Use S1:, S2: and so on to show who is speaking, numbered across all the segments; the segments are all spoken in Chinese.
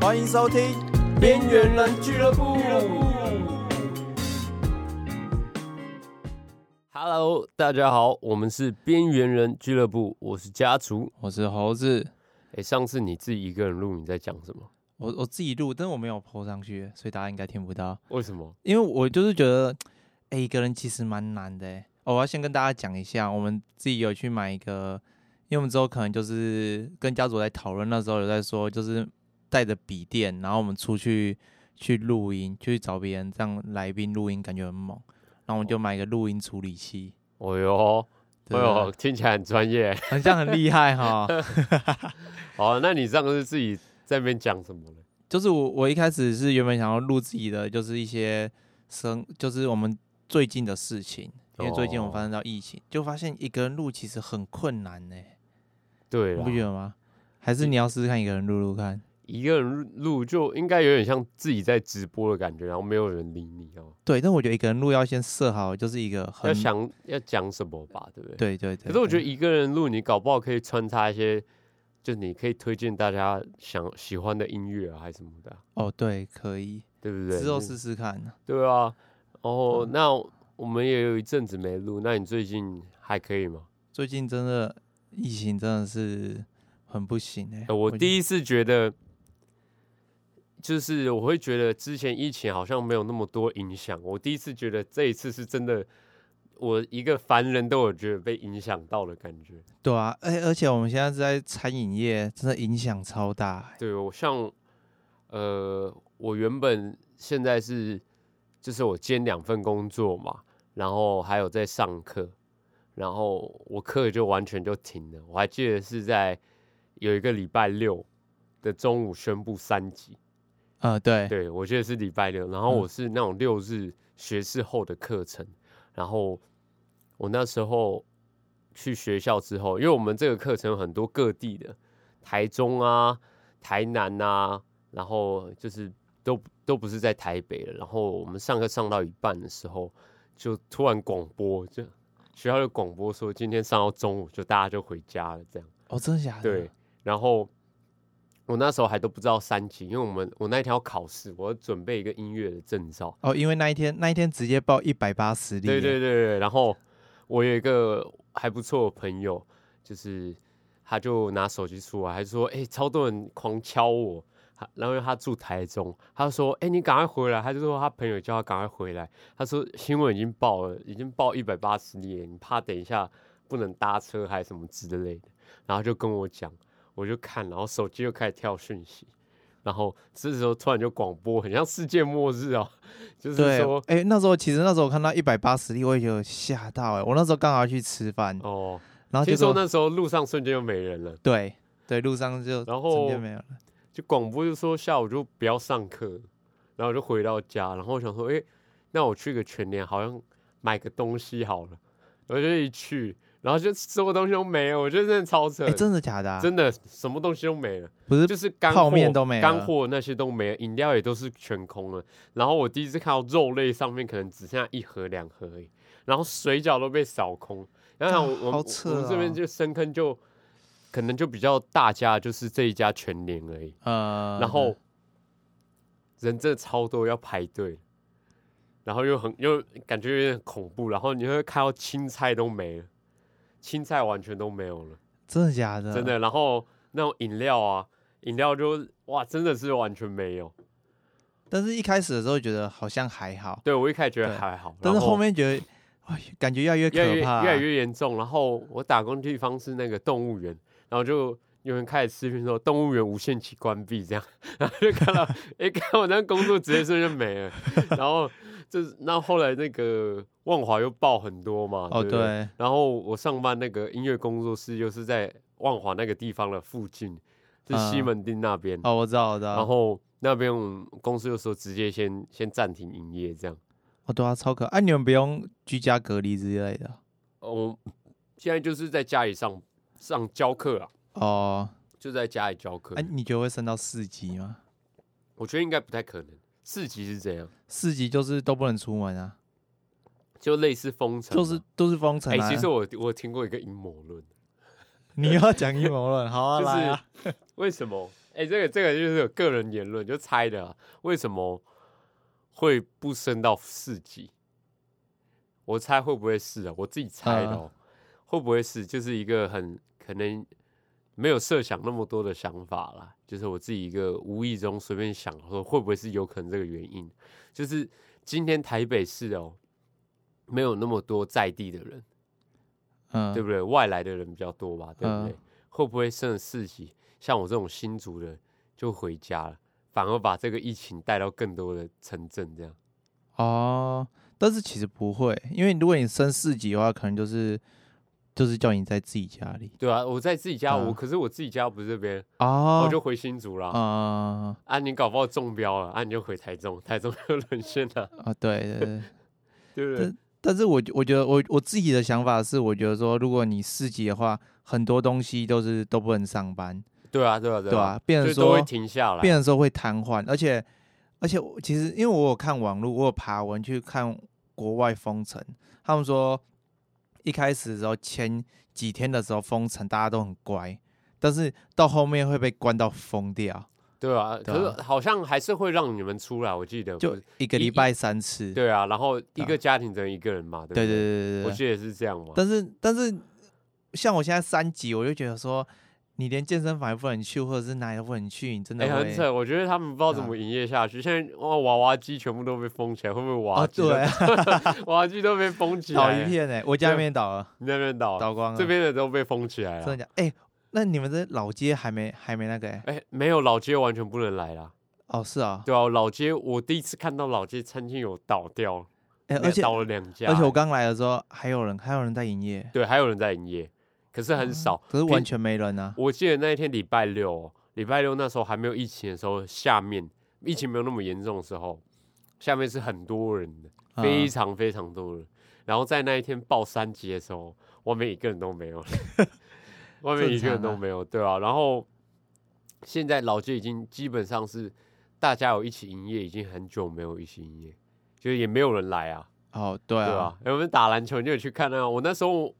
S1: 欢迎收听《边缘人俱乐部》。Hello，大家好，我们是边缘人俱乐部，我是家厨。
S2: 我是猴子，
S1: 哎、上次你自己一个人录，你在讲什么？
S2: 我我自己录，但是我没有 PO 上去，所以大家应该听不到。
S1: 为什么？
S2: 因为我就是觉得，哎、一个人其实蛮难的、欸。哦，我要先跟大家讲一下，我们自己有去买一个，因为我们之后可能就是跟家族在讨论，那时候有在说，就是带着笔电，然后我们出去去录音，去找别人这样来宾录音，感觉很猛。然后我们就买一个录音处理器，
S1: 哦哟，哦哎
S2: 对啊
S1: 呦，听起来很专业。
S2: 很像很厉害哈。
S1: 好，那你上次自己在那边讲什么呢？
S2: 就是我我一开始是原本想要录自己的，就是一些生，就是我们最近的事情，因为最近我们
S1: 哦
S2: 发生到疫情，就发现一个人录其实很困难呢、
S1: 对啊
S2: 你
S1: 啦
S2: 不觉得吗？还是你要试试看一个人录录看？
S1: 一个人录就应该有点像自己在直播的感觉，然后没有人理你哦，
S2: 对，但我觉得一个人录要先设好，就是一个
S1: 要
S2: 很
S1: 想要讲什么吧，对不对？。
S2: 对对嗯对。
S1: 可是我觉得
S2: 对
S1: 一个人录，你搞不好可以穿插一些，就你可以推荐大家想喜欢的音乐啊，还是什么的啊，
S2: 哦，对，可以
S1: 对不对？
S2: 之后
S1: 就
S2: 试试看。
S1: 对啊。哦，
S2: 嗯
S1: 那我们也有一阵子没录，那你最近还可以吗？
S2: 最近真的疫情真的是很不行哎、
S1: 呃我
S2: 一
S1: 第一次觉得，就是我会觉得之前疫情好像没有那么多影响。我第一次觉得这一次是真的，我一个凡人都有觉得被影响到的感觉。
S2: 对啊，哎、而且我们现在是在餐饮业，真的影响超大、欸。
S1: 对我像呃，我原本现在是就是我兼两份工作嘛，然后还有在上课，然后我课就完全就停了。我还记得是在有一个礼拜六的中午宣布三级。
S2: 呃，对，
S1: 对，我记得是礼拜六，然后我是那种六日学士后的课程，然后我那时候去学校之后，因为我们这个课程有很多各地的，台中啊、台南啊，然后就是都都不是在台北了。然后我们上课上到一半的时候，就突然广播，就学校就广播说今天上到中午就大家就回家了，这样。
S2: 哦，真的假的？
S1: 对，，然后我那时候还都不知道三级，因为我们我那一天要考试，我要准备一个音乐的证照。
S2: 哦，因为那一天那一天直接报一百八十例，
S1: 对 对对对，然后我有一个还不错的朋友，就是他就拿手机出来，还说：“哎、超多人狂敲我。”他然后他住台中，他就说：“哎、你赶快回来！”他就说他朋友叫他赶快回来。他说新闻已经报了，已经报一百八十例了，你怕等一下不能搭车还是什么之类的。然后就跟我讲，我就看，然后手机又开始跳讯息，然后这时候突然就广播，很像世界末日哦，就是
S2: 对
S1: 说，
S2: 哎、那时候其实那时候我看到一百八十例，我也有吓到哎、我那时候刚好要去吃饭，
S1: 哦，
S2: 然后
S1: 听
S2: 结
S1: 说
S2: 果
S1: 那时候路上瞬间就没人了，
S2: 对对路上就
S1: 然
S2: 瞬
S1: 后
S2: 间没有了，
S1: 就广播就说下午就不要上课，然后我就回到家，然后我想说，哎、那我去个全年好像买个东西好了，我就一去，然后就所有东西都没了，我觉得真的超扯，
S2: 哎、真的假的、啊？
S1: 真的什么东西都没了，
S2: 不是
S1: 就是干
S2: 泡
S1: 货
S2: 面都没了
S1: 干货那些都没了，饮料也都是全空了。然后我第一次看到肉类上面可能只剩下一盒两盒而已，然后水饺都被扫空。然后我我
S2: 好
S1: 们
S2: 扯
S1: 我们这边
S2: 哦
S1: 就深坑就可能就比较大家就是这一家全联而已，
S2: 呃，
S1: 然后人真的超多要排队。然后又很又感觉有点恐怖，然后你会看到青菜都没了，青菜完全都没有了。
S2: 真的假的？
S1: 真的。然后那种饮料啊，饮料就哇，真的是完全没有。
S2: 但是一开始的时候觉得好像还好，
S1: 对我一开始觉得
S2: 对
S1: 还好，
S2: 但是
S1: 然后
S2: 后面觉得哎感觉越来越可
S1: 越来越
S2: 怕、啊
S1: 越来越严重。然后我打工地方是那个动物园，然后就。有人开始视频说动物园无限期关闭，这样， 然后就看到， 哎、看我那工作直接瞬间没 了。然后就是，那后来那个万华又爆很多嘛，
S2: 哦
S1: 对不对
S2: 对，
S1: 然后我上班那个音乐工作室又是在万华那个地方的附近，是西
S2: 嗯
S1: 门町那边。
S2: 哦我知道我知道，
S1: 然后那边我们公司就说直接先先暂停营业这样。
S2: 哦对啊超可爱、你们不用居家隔离之类的
S1: 哦，我现在就是在家里上上教课啊，
S2: 哦，
S1: 就在家里教课。
S2: 哎、你觉得会升到四级吗？
S1: 我觉得应该不太可能。四级是怎样？
S2: 四级就是都不能出门啊，
S1: 就类似封城吗，啊
S2: 就是都是封城
S1: 哎、
S2: 啊。
S1: 其 实我我听过一个阴谋论，
S2: 你又要讲阴谋论，好啊，
S1: 就
S2: 来
S1: 是
S2: 啊
S1: 为什么？哎、哎、这个这个就是有个人言论，就猜的、啊，为什么会不升到四级？我猜会不会是啊？我自己猜
S2: 嗯
S1: 的、哦，会不会是就是一个很可能没有设想那么多的想法啦？就是我自己一个无意中随便想说，会不会是有可能这个原因？就是今天台北市哦，没有那么多在地的人，
S2: 嗯，
S1: 对不对？外来的人比较多吧，对不对？
S2: 嗯
S1: 会不会剩四级？像我这种新族人就回家了，反而把这个疫情带到更多的城镇，这样
S2: 哦，但是其实不会，因为如果你升四级的话，可能就是就是叫你在自己家里
S1: 对啊，我在自己家，
S2: 嗯
S1: 我可是我自己家不是这边，
S2: 哦，
S1: 我就回新竹啦。
S2: 啊啊、
S1: 啊，你搞不好中标了，啊，你就回台中， 台中就沦陷 了，
S2: 啊对对对。
S1: 对不对？
S2: 但是我我觉得我我自己的想法是，我觉得说，如果你四级的话，很多东西都是都不能上班，
S1: 对啊，对啊，对
S2: 对吧、
S1: 啊，
S2: 变
S1: 所
S2: 成
S1: 以都会
S2: 说，
S1: 停下来。
S2: 变成说会瘫痪，而且而且我其实因为我有看网络，我有爬文去看国外封城，他们说一开始的时候前几天的时候封城，大家都很乖，但是到后面会被关到疯掉，
S1: 对啊，
S2: 对
S1: 可
S2: 啊
S1: 是好像还是会让你们出来，我记得
S2: 就一个
S1: 一
S2: 礼
S1: 一
S2: 拜三次，
S1: 对啊，然后一
S2: 对啊
S1: 个家庭只能一个人嘛，对不
S2: 对对
S1: 对
S2: 对对
S1: 我
S2: 对对。
S1: 记得是这样嘛。
S2: 但是但是像我现在三级，我就觉得说。你连健身房也不能去，或者是哪里都不能去，你真的
S1: 哎、
S2: 会、哦
S1: 很扯，我觉得他们不知道怎
S2: 啊
S1: 么营业下去。现在哇，娃娃机全部都被封起来，会不会娃娃
S2: 哦，
S1: 机都、
S2: 对，
S1: 娃 娃机都被封起
S2: 倒
S1: 来？
S2: 一片哎、我家
S1: 对
S2: 那边倒了，
S1: 你那边倒，
S2: 倒光了。
S1: 这边的都被封起来了。
S2: 真的假？哎、那你们这老街还没还没那个哎、
S1: 哎、没有老街完全不能来啦。
S2: 哦，是啊，
S1: 对啊，老街我第一次看到老街餐厅有倒掉，
S2: 哎、
S1: 两
S2: 而且
S1: 倒了两家、
S2: 而且我
S1: 哎
S2: 刚来的时候还有人还有人在营业，
S1: 对还有人在营业，可是很少。
S2: 可是
S1: 平
S2: 完全没人啊。
S1: 我记得那一天礼拜六哦，礼拜六那时候还没有疫情的时候，下面疫情没有那么严重的时候，下面是很多人的，
S2: 嗯
S1: 非常非常多人。然后在那一天报三级的时候，外面一个人都没 有，外面一个人都没有，对啊。然后现在老街已经基本上是大家有一起营业，已经很久没有一起营业，就是也没有人来啊，
S2: 哦，对
S1: 对
S2: 啊
S1: 啊，，哎我们打篮球，你有去看那个？我那时候，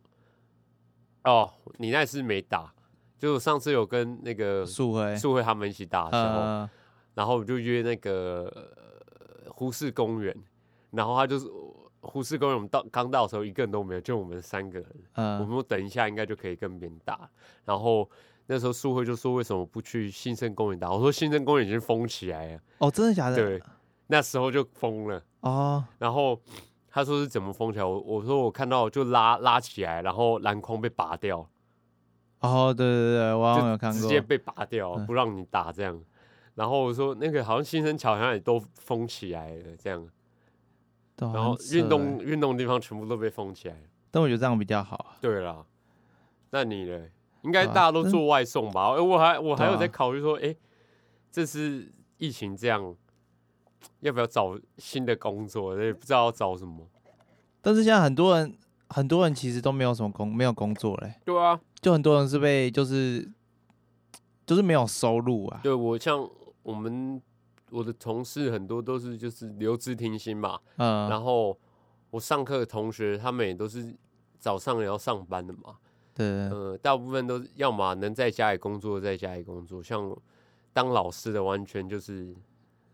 S1: 哦，你那次没打，就我上次有跟那个
S2: 树辉，
S1: 素慧他们一起打的时候，
S2: 呃，
S1: 然后我就约那个呃胡适公园，然后他就是胡适公园，我们到刚到的时候一个人都没有，就我们三个人，我
S2: 嗯，
S1: 们说等一下应该就可以跟别人打。然后那时候素慧就说为什么不去新生公园打？我说新生公园已经封起来了，
S2: 哦，真的假的？
S1: 对，那时候就封了。
S2: 哦，
S1: 然后他说是怎么封起来，我我说我看到就拉拉起来，然后篮筐被拔掉，
S2: 哦，对对对，我好像有
S1: 就
S2: 看
S1: 直
S2: 过
S1: 接，被拔掉，
S2: 嗯
S1: 不让你打这样。然后我说那个好像新生桥好像也都封起来了这样，
S2: 然
S1: 然后运，动运动的地方全部都被封起来了。
S2: 欸但我觉得这样比较好啊。
S1: 对啦，那你呢？应该
S2: 对啊
S1: 大家都
S2: 但
S1: 做外送吧？哎，我还我还有
S2: 对
S1: 在
S2: 啊
S1: 考虑说，哎，这次疫情这样，要不要找新的工作？也不知道要找什么。
S2: 但是现在很多人很多人其实都没有什么工没有工作嘞，
S1: 对啊，
S2: 就很多人是被就是就是没有收入啊。
S1: 对我像我们我的同事很多都是就是留职停薪嘛，
S2: 嗯，
S1: 然后我上课的同学他们也都是早上也要上班的嘛，
S2: 对，对
S1: 呃，大部分都是要么能在家里工作在家里工作，像当老师的完全就是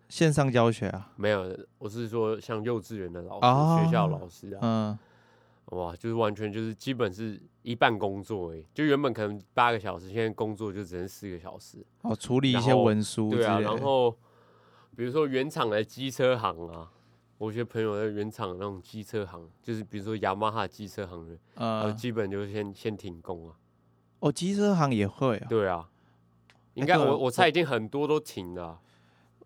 S2: 线上教学啊。
S1: 没有，我是说像幼稚园的老师、
S2: 哦
S1: 学校老师啊，
S2: 嗯，
S1: 哇，就是完全就是基本是一半工作哎，就原本可能八个小时，现在工作就只剩四个小时，
S2: 哦，处理一
S1: 然
S2: 些
S1: 后
S2: 文书之
S1: 对啊，
S2: 类
S1: 然
S2: 的
S1: 后比如说原厂的机车行啊，我有些朋友在原厂那种机车行，就是比如说雅马哈机车行的，呃，
S2: 呃，
S1: 基本就是先先停工啊。
S2: 哦，机车行也会、啊。
S1: 对啊，应
S2: 哎
S1: 该
S2: 对
S1: 我
S2: 我
S1: 我猜已经很多都停了啊、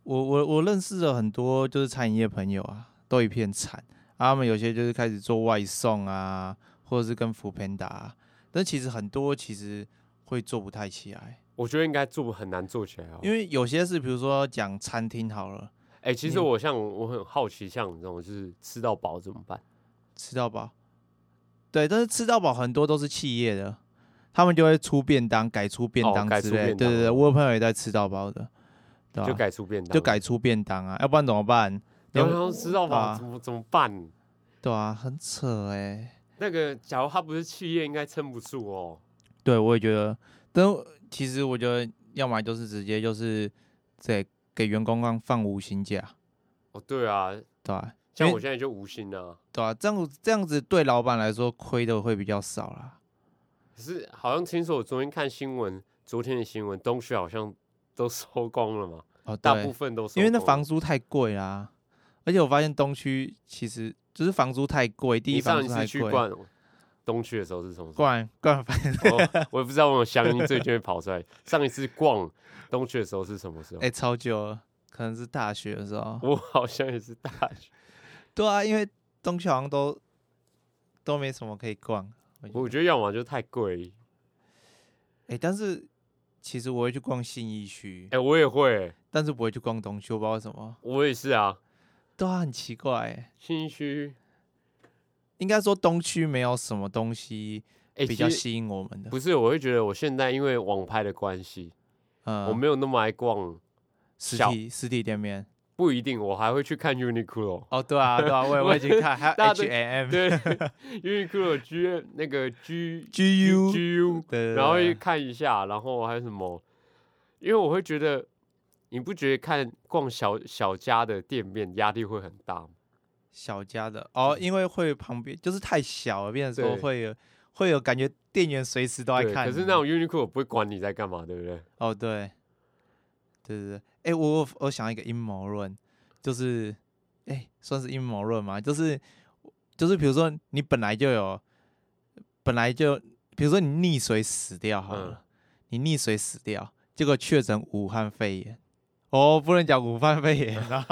S2: 我我我认识了很多就是餐饮业朋友啊，都一片惨。啊、他们有些就是开始做外送啊，或者是跟福平达、啊，但其实很多其实会做不太起来，
S1: 我觉得应该做很难做起来哦。
S2: 因为有些是比如说讲餐厅好了，
S1: 哎、其实
S2: 你
S1: 我像我很好奇，像你这种就是吃到饱怎么办？
S2: 吃到饱，对，但是吃到饱很多都是企业的，他们就会出便当，改出便
S1: 哦
S2: 当
S1: 改
S2: 之
S1: 出
S2: 类的。
S1: 便
S2: 对
S1: 当
S2: 对对，
S1: 了
S2: 我有朋友也在吃到饱的，对吧、啊
S1: 就改出便当，
S2: 就。改出便当啊，要不然怎么办？
S1: 然
S2: 连
S1: 后吃到饱
S2: 啊
S1: 怎么怎么办？
S2: 对啊，很扯哎、
S1: 那个，假如他不是企业，应该撑不住哦。
S2: 对，我也觉得，但其实我觉得要么就是直接就是在给员工放放无薪假，
S1: 哦，对啊，
S2: 对吧、因
S1: 像
S2: 为
S1: 我现在就无薪啊，
S2: 对啊，这样这样子对老板来说亏的会比较少啦。
S1: 可是好像听说我昨天看新闻，昨天的新闻，东区好像都 收工了嘛，
S2: 哦，对
S1: 大部分都收工
S2: 因
S1: 了，
S2: 为那房租太贵啦，而且我发现东区其实就是房租太贵，第
S1: 你
S2: 一
S1: 上
S2: 房
S1: 一
S2: 租
S1: 次
S2: 太
S1: 去
S2: 贵。
S1: 逛东区的时候是什么时候？
S2: 灌灌反正
S1: 哦我也不知道我有乡音最近会跑出来。上一次逛东区的时候是什么时候？
S2: 哎、超久了，可能是大学的时 候。
S1: 我好像也是大学，
S2: 对啊，因为东区好像都都没什么可以逛。我
S1: 我觉得要么就太贵。
S2: 哎、但是其实我会去逛信义区
S1: 哎、，我也会、
S2: 但是不会去逛东区，我不知道为什么。
S1: 我也是啊。
S2: 对啊，很奇怪、
S1: 新区，
S2: 应该说东区没有什么东西
S1: 哎、
S2: 比较
S1: 其实
S2: 吸引我们的。
S1: 不是，我会觉得我现在因为网拍的关系，
S2: 嗯，
S1: 我没有那么爱逛。
S2: 实
S1: 小
S2: 体实体店面。
S1: 不一定，我还会去看 Uniqlo。
S2: 哦，对啊，对啊，我也会去看，还有 H&M
S1: 大家都
S2: H M
S1: 对，Uniqlo G 那个 G
S2: G U，
S1: G U
S2: 对，
S1: 然后
S2: 对啊
S1: 会看一下，然后还有什么？因为我会觉得，你不觉得看逛小小家的店面压力会很大吗？
S2: 小家的哦，因为会旁边就是太小了，变成说
S1: 对
S2: 会有会有感觉店员随时都在
S1: 对，
S2: 看你。
S1: 可是那种 Uniqlo 不会管你在干嘛，对不对？
S2: 哦，对，对对对，哎、我我我想一个阴谋论，就是哎、算是阴谋论嘛，就是就是比如说你本来就有，本来就比如说你溺水死掉好
S1: 嗯
S2: 了，你溺水死掉，结果确诊武汉肺炎，哦，不能讲武汉肺炎啊，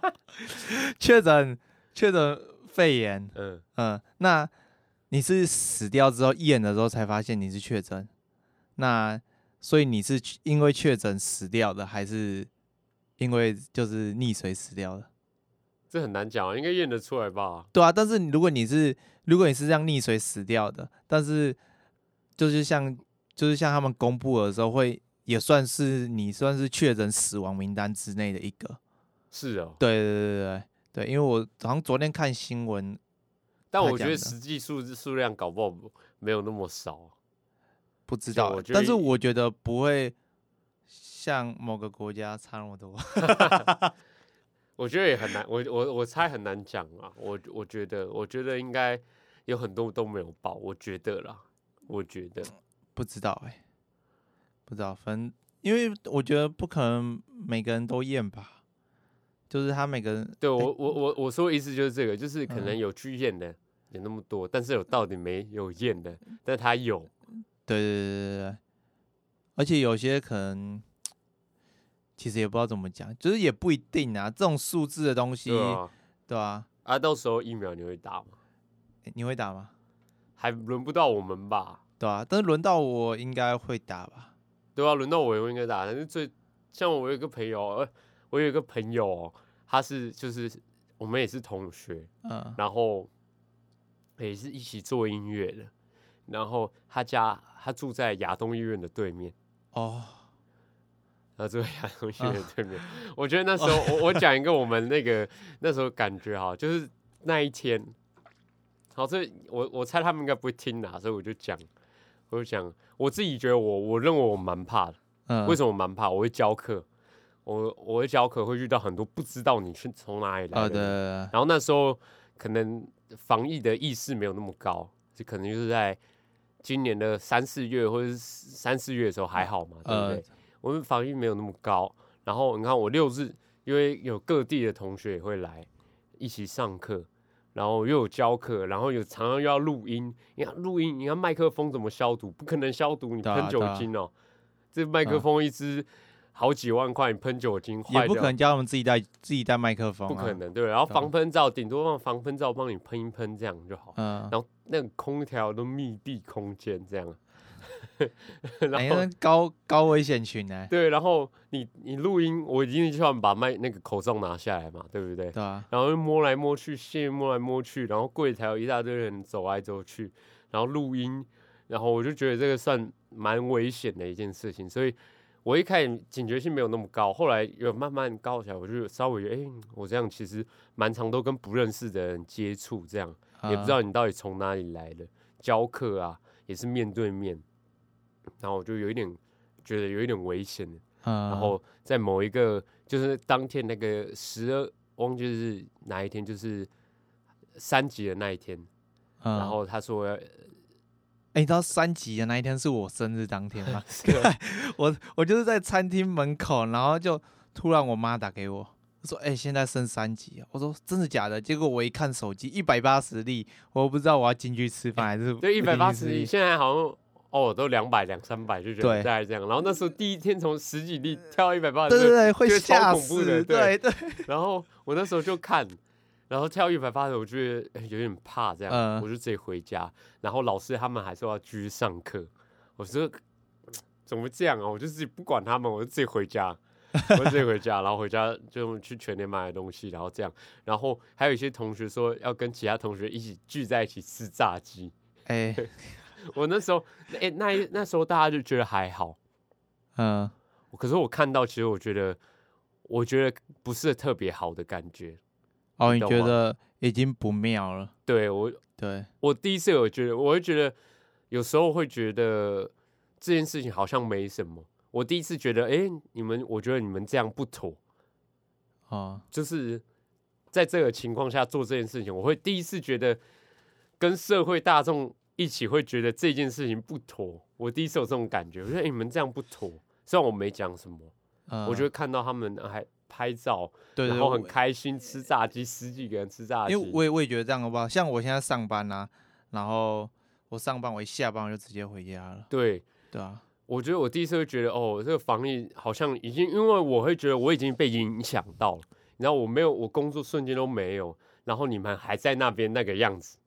S2: 确诊确诊肺炎，
S1: 嗯，
S2: 嗯，那你是死掉之后验的时候才发现你是确诊，那所以你是确因为确诊死掉的，还是因为就是溺水死掉的？
S1: 这很难讲啊，应该验得出来吧？
S2: 对啊，但是你如果你是如果你是这样溺水死掉的，但是就是像就是像他们公布的时候会也算是你算是确诊死亡名单之内的一个。
S1: 是哦，
S2: 对对对对对，对因为我好像昨天看新闻，
S1: 但
S2: 他
S1: 我觉
S2: 讲
S1: 得
S2: 的
S1: 实际数字数量搞不好没有那么少。啊
S2: 不知
S1: 就
S2: 道
S1: 我
S2: 欸，
S1: 觉
S2: 但
S1: 得
S2: 是
S1: 一
S2: 我觉得不会像某个国家差那么多。
S1: 我觉得也很难，我我我猜很难讲啊。我我觉得，我觉得应该有很多都没有报，我觉得啦，我觉得
S2: 不知道哎、不知道，反正因为我觉得不可能每个人都验吧，就是他每个人
S1: 对我我我我说的意思就是这个，就是可能
S2: 嗯
S1: 有去验的有那么多，但是有到底没有验的，但他有，
S2: 对对对对对对，而且有些可能其实也不知道怎么讲，就是也不一定啊，这种数字的东西，
S1: 对啊，
S2: 对啊
S1: 啊，到时候疫苗你会打吗？
S2: 诶你会打吗？
S1: 还轮不到我们吧？
S2: 对啊，但是轮到我应该会打吧，
S1: 对啊，轮到我也应该打，但是最像我有一个朋友，呃，我有一个朋友哦，他是就是我们也是同学，
S2: 嗯，
S1: 然后也是一起做音乐的，然后他家他住在亚东医院的对面。
S2: 哦，
S1: 然后住在亚东医院的对面，我觉得那时候我我讲一个我们那个那时候感觉哈，就是那一天，好，这我我猜他们应该不会听啦，所以我就讲，我就讲我自己觉得我我认为我蛮怕的，
S2: 嗯，
S1: 为什么蛮怕？我会教课，我我会教课会遇到很多不知道你是从哪里来
S2: 哦
S1: 的
S2: 对
S1: 人，
S2: 对
S1: 然后那时候可能防疫的意识没有那么高，就可能就是在今年的三四月或者是三四月的时候还好嘛，对不
S2: 呃
S1: 对？我们防疫没有那么高。然后你看我六日，因为有各地的同学也会来一起上课，然后又有教课，然后有常常又要录音。你看录音，你看麦克风怎么消毒？不可能消毒，你
S2: 对啊
S1: 喷酒
S2: 对啊
S1: 精哦、这麦克
S2: 嗯
S1: 风一支好几万块，你喷酒精坏
S2: 也不
S1: 掉
S2: 可。能叫他们自己带自己带麦克风、啊，
S1: 不可，能对，然后
S2: 对啊
S1: 防喷罩顶多放防喷罩帮你喷一喷这样就好，
S2: 嗯，
S1: 然后那个空调都密闭空间这样，
S2: 哎、
S1: 然后
S2: 那高高危险群呢、
S1: 对，然后你你录音，我一定叫你把麦那个口罩拿下来嘛，对不对？
S2: 对啊，
S1: 然后又摸来摸去，线摸来摸去，然后柜台有一大堆人走来走去，然后录音，然后我就觉得这个算蛮危险的一件事情，所以我一开始警觉性没有那么高，后来有慢慢高起来，我就稍微觉得，哎、我这样其实蛮常都跟不认识的人接触，这样也不知
S2: 嗯
S1: 道你到底从哪里来的，教课啊也是面对面，然后我就有一点觉得有一点危险的。
S2: 嗯，
S1: 然后在某一个就是当天那个十二，忘记是哪一天，就是三级的那一天。
S2: 嗯，
S1: 然后他说 要，
S2: 哎、你知道三级的那一天是我生日当天吗？
S1: 是啊
S2: 我我就是在餐厅门口，然后就突然我妈打给我，她说：“哎、现在剩三级啊！”我说：“真的假的？”结果我一看手机，一百八十粒，我又不知道我要进去吃饭还是
S1: 就一百八
S2: 不
S1: 十
S2: 进
S1: 粒，
S2: 去吃
S1: 现在好像哦都两百两三百就觉
S2: 对
S1: 得大概这样。然后那时候第一天从十几粒跳到一百八
S2: 对
S1: 十
S2: 对
S1: 粒，
S2: 对，会
S1: 觉得超
S2: 吓
S1: 恐怖
S2: 死，
S1: 的
S2: 对对，
S1: 然后我那时候就看，然后跳一百八十，我觉得呃有点怕这样，
S2: 嗯
S1: 我就自己回家。然后老师他们还说要继续上课，我说怎么这样啊？我就自己不管他们，我就自己回家， 我就自己回家，然后回家就去全年买的东西，然后这样。然后还有一些同学说要跟其他同学一起聚在一起吃炸鸡。
S2: 哎、
S1: 我那时候，哎、那一那时候大家就觉得还好，
S2: 嗯，
S1: 可是我看到，其实我觉得，我觉得不是特别好的感觉。
S2: 哦，你
S1: 懂
S2: 觉
S1: 吗
S2: 得已经不妙了？
S1: 对我，
S2: 对，
S1: 我第一次有觉得，我会觉得有时候会觉得这件事情好像没什么。我第一次觉得，哎、你们，我觉得你们这样不妥，
S2: 哦，
S1: 就是在这个情况下做这件事情，我会第一次觉得跟社会大众一起会觉得这件事情不妥。我第一次有这种感觉，我觉得、诶你们这样不妥。虽然我没讲什么，
S2: 嗯，
S1: 我就会看到他们还拍照，
S2: 对对，
S1: 然后很
S2: 我
S1: 开心吃炸鸡，十几个人吃炸鸡，
S2: 因为我也我也觉得这样好不好？像我现在上班啊，然后我上班，我一下班我就直接回家了，
S1: 对
S2: 对啊，
S1: 我觉得我第一次会觉得，哦，这个防疫好像已经，因为我会觉得我已经被影响到了，然后我没有，我工作瞬间都没有，然后你们还在那边那个样子，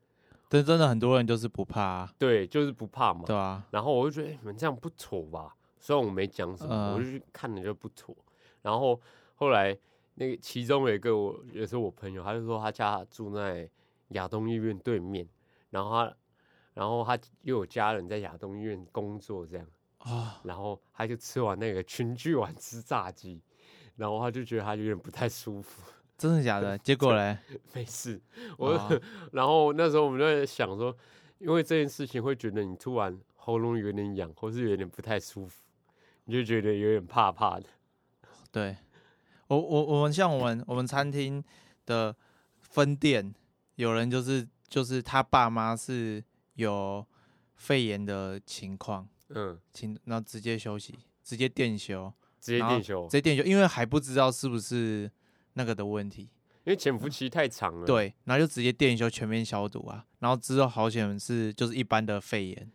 S2: 但真的很多人就是不怕、啊，
S1: 对，就是不怕嘛。
S2: 对啊，
S1: 然后我就觉得、哎你们这样不妥吧，虽然我没讲什么，
S2: 嗯
S1: 我就去看了就不妥。然后后来那个其中有一个我也是我朋友，他就说他家住在亚东医院对面，然后他然后他又有家人在亚东医院工作这样。
S2: 啊、
S1: 然后他就吃完那个群聚完吃炸鸡，然后他就觉得他有点不太舒服，
S2: 真的假的？结果嘞，
S1: 没事。我、
S2: 啊
S1: 然后那时候我们就在想说，因为这件事情会觉得你突然喉咙有点痒，或是有点不太舒服，你就觉得有点怕怕的。
S2: 对我我我们像我们我们餐厅的分店，有人就是就是他爸妈是有肺炎的情况，
S1: 嗯，
S2: 请然后直接休息，直接电休，
S1: 直接
S2: 然后
S1: 电休
S2: 直，接电休，因为还不知道是不是那个的问题，
S1: 因为潜伏期太长了。，
S2: 对，然后就直接电休全面消毒啊，然后之后好险是就是一般的肺炎，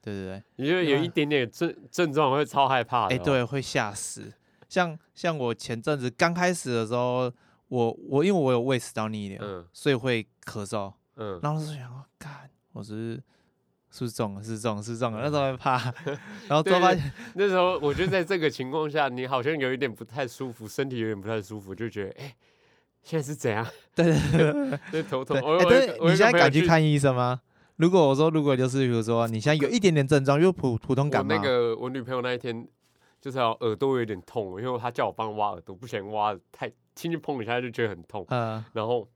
S2: 对对对。
S1: 你就有一点点症症状会超害怕的、哦
S2: 哎、对，会吓死。像像我前阵子刚开始的时候，我我因为我有胃食道逆流，
S1: 嗯，
S2: 所以会咳嗽。
S1: 嗯嗯，
S2: 然后就想说，干，我是是不是中了，是中了，是中了，那时候会怕。然后之后
S1: 嗯对
S2: 发
S1: 对
S2: 现，
S1: 那时候我就在这个情况下，你好像有一点不太舒服，身体有点不太舒服，就觉得哎、现在是怎样？
S2: 对对对对
S1: 对头痛。
S2: 对。
S1: 我
S2: 哎、
S1: 我有一
S2: 但
S1: 个
S2: 是
S1: 我有
S2: 你
S1: 一
S2: 现在
S1: 个朋友
S2: 敢去看医生吗？如果我说，如果就是比如说你现在有一点点症状，就是普普通
S1: 我
S2: 感冒，啊
S1: 那个我女朋友那一天，就是好像耳朵有点痛，因为她叫我帮她挖耳朵，不小心挖得太轻轻碰一下就觉得很痛，
S2: 呃，
S1: 然后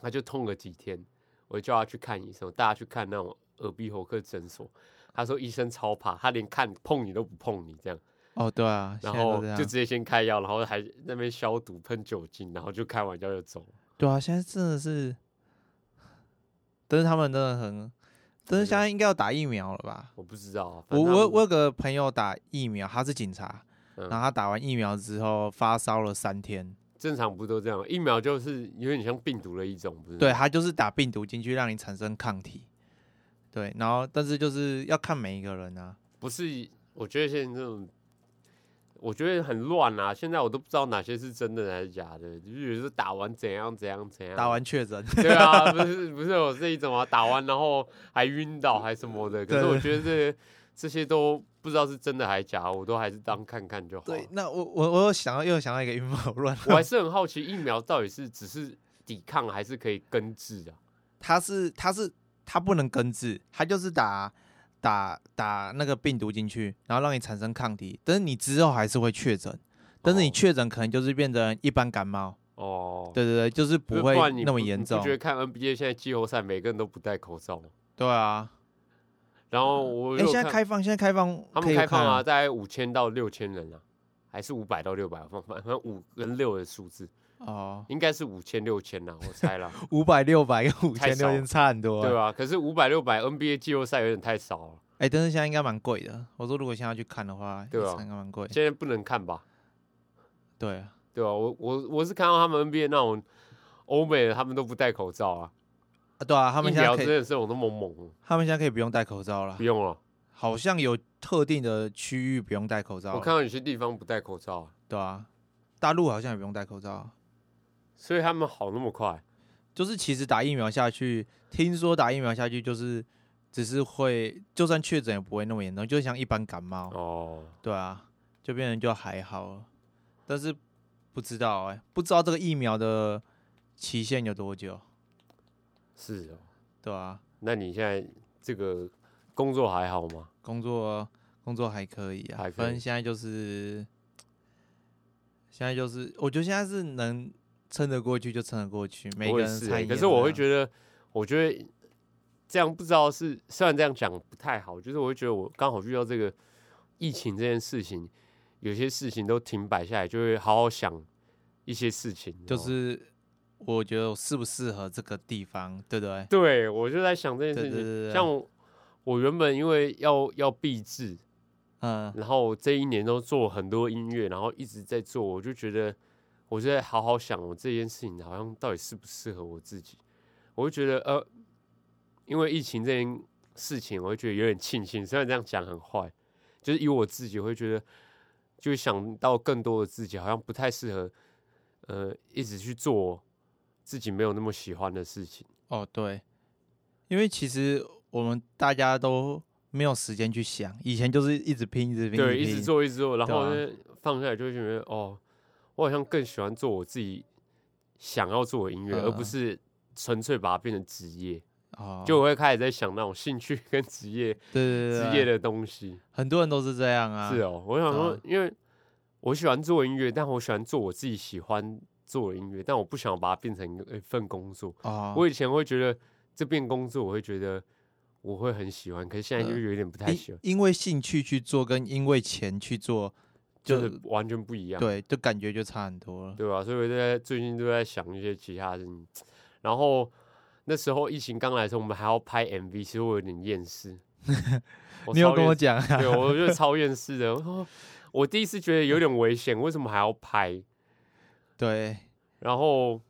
S1: 她就痛了几天，我就叫她去看医生，带她去看那种耳鼻喉科诊所。她说医生超怕，他连看碰你都不碰你这样，
S2: 哦，对啊，现
S1: 然
S2: 在都
S1: 后
S2: 这样
S1: 就直接先开药，然后还那边消毒喷酒精，然后就开完药就走了。
S2: 对啊，现在真的是，但是他们真的很，
S1: 真
S2: 但是
S1: 的
S2: 现在应该要打疫苗了吧？
S1: 我不知道啊，反
S2: 我
S1: 正他
S2: 我
S1: 们
S2: 我有个朋友打疫苗，他是警察，
S1: 嗯
S2: 然后他打完疫苗之后发烧了三天，
S1: 正常不都这样？疫苗就是有点像病毒的一种，不是？
S2: 对，他就是打病毒进去让你产生抗体，对，然后但是就是要看每一个人啊，
S1: 不是，我觉得现在这种，我觉得很乱啊！现在我都不知道哪些是真的还是假的，就是说打完怎样怎样怎样，
S2: 打完确诊，
S1: 对啊，不是不是有这一种啊，打完然后还晕倒还什么的。可是
S2: 对
S1: 我觉得这这些都不知道是真的还假，我都还是当看看就好了。
S2: 对，那我我我有想到又想到一个阴谋论，
S1: 我还是很好奇疫苗到底是只是抵抗还是可以根治啊？
S2: 他是他是他不能根治，他就是打打打那个病毒进去，然后让你产生抗体，但是你之后还是会确诊， 但是你
S1: 哦
S2: 确诊可能就是变成一般感冒，
S1: 哦，
S2: 对对对，就是
S1: 不是，
S2: 不会
S1: 然你
S2: 那
S1: 不
S2: 么严
S1: 你不
S2: 重
S1: 觉，得看 NBA 现在季后赛每个人都不戴口罩吗？
S2: 对啊。
S1: 然后我
S2: 哎、
S1: 有
S2: 现在
S1: 看
S2: 开放，现在开放，
S1: 他
S2: 可
S1: 们
S2: 以
S1: 开放
S2: 看
S1: 啊，，大概五千到六千人啊，还是五百到六百，反反反正五跟六的数字，
S2: 哦，
S1: 应该是五千六千啦，我猜 啦，
S2: 五百、六百跟五
S1: 太
S2: 千、
S1: 少
S2: 六
S1: 了
S2: 千差很多、啊
S1: 对啊吧、可是五百六百 NBA 季后赛有点太少了，
S2: 哎、但是现在应该蛮贵的。我说如果现在要去看的话，
S1: 对啊
S2: 一场应该蛮贵。
S1: 现在不能看吧？
S2: 对啊，
S1: 对吧、我我我是看到他们 NBA 那种欧美的，他们都不戴口罩啊，
S2: 啊对啊，他们
S1: 疫
S2: 现在
S1: 苗
S2: 可
S1: 真
S2: 以，
S1: 的是我都懵懵，
S2: 他们现在可以不用戴口罩了
S1: 啊不，用了。
S2: 好像有特定的区域不用戴口罩了。
S1: 我看到有些地方不戴口罩啊，
S2: 对啊，大陆好像也不用戴口罩。
S1: 所以他们好那么快，
S2: 就是其实打疫苗下去，听说打疫苗下去就是只是会，就算确诊也不会那么严重，就像一般感冒。
S1: 哦，
S2: 对啊，就变成就还好了，但是不知道哎、不知道这个疫苗的期限有多久，
S1: 是哦。
S2: 对啊，
S1: 那你现在这个工作还好吗？
S2: 工作工作还可以啊，
S1: 还可以
S2: 反正现在就是，现在就是，我觉得现在是能撑得过去就撑得过去，每
S1: 我
S2: 个
S1: 也
S2: 人
S1: 是
S2: 参
S1: 欸
S2: 与。
S1: 可是我会觉得，我觉得这样不知道是，虽然这样讲不太好，就是我会觉得我刚好遇到这个疫情这件事情，有些事情都停摆下来，就会好好想一些事情，哦你知
S2: 就
S1: 道吗
S2: 是我觉得我适不适合这个地方，对不对？
S1: 对我就在想这件
S2: 对
S1: 事
S2: 对对
S1: 情，
S2: 对
S1: 像我我原本因为要要闭制，
S2: 嗯，
S1: 然后这一年都做很多音乐，然后一直在做，我就觉得我就在好好想我这件事情好像到底适不适合我自己。我就觉得呃，因为疫情这件事情，我会觉得有点庆幸，虽然这样讲很坏，就是以我自己我会觉得，就想到更多的自己好像不太适合，呃，一直去做自己没有那么喜欢的事情。
S2: 哦对，因为其实我们大家都没有时间去想，以前就是一直拼，一直拼，
S1: 对，一
S2: 一直
S1: 直
S2: 拼
S1: 做，一直做，然
S2: 对
S1: 后
S2: 啊
S1: 呢放下来就会觉得，哦，我好像更喜欢做我自己想要做的音乐，而不
S2: 嗯
S1: 是纯粹把它变成职业。
S2: 哦，
S1: 就我会开始在想那种兴趣跟职业
S2: 对对 对
S1: 职
S2: 对
S1: 业的东西。
S2: 很多人都是这样啊。
S1: 是哦，我想
S2: 对
S1: 说
S2: 啊，
S1: 因为我喜欢做音乐，但我喜欢做我自己喜欢做的音乐，但我不想把它变成一份工作。
S2: 哦，
S1: 我以前会觉得这变工作，我会觉得我会很喜欢，可是现在就
S2: 嗯
S1: 有点不太喜
S2: 因
S1: 欢，
S2: 因为兴趣去做，跟因为钱去做，
S1: 就
S2: 就是
S1: 完全不一样。
S2: 对，就感觉就差很多了。
S1: 对吧、所以我就在最近都在想一些其他的事情。然后那时候疫情刚来的时候，我们还要拍 MV，其实我有点厌 世。
S2: 你有
S1: 超
S2: 跟我
S1: 厌世，
S2: 讲 啊？
S1: 对，我就超厌世的。我说我第一次觉得有点危险，为什么还要拍？
S2: 对，
S1: 然后，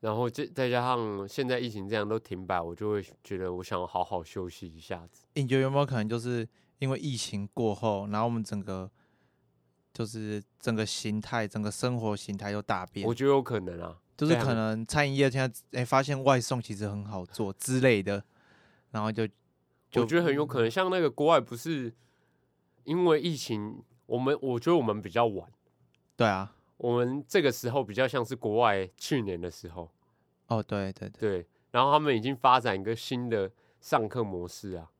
S1: 然后再再加上现在疫情这样都停摆，我就会觉得我想要好好休息一下子。
S2: 你觉得有没有可能就是因为疫情过后，然后我们整个就是整个形态、整个生活形态都大变
S1: 我？觉得有可能啊，
S2: 就是
S1: 这样
S2: 可能餐饮业现在哎、发现外送其实很好做之类的，然后就嗯
S1: 我觉得很有可能，像那个国外不是因为疫情，我们我觉得我们比较晚。
S2: 对啊，
S1: 我们这个时候比较像是国外去年的时候，
S2: 哦对对对，
S1: 对，然后他们已经发展一个新的上课模式啊，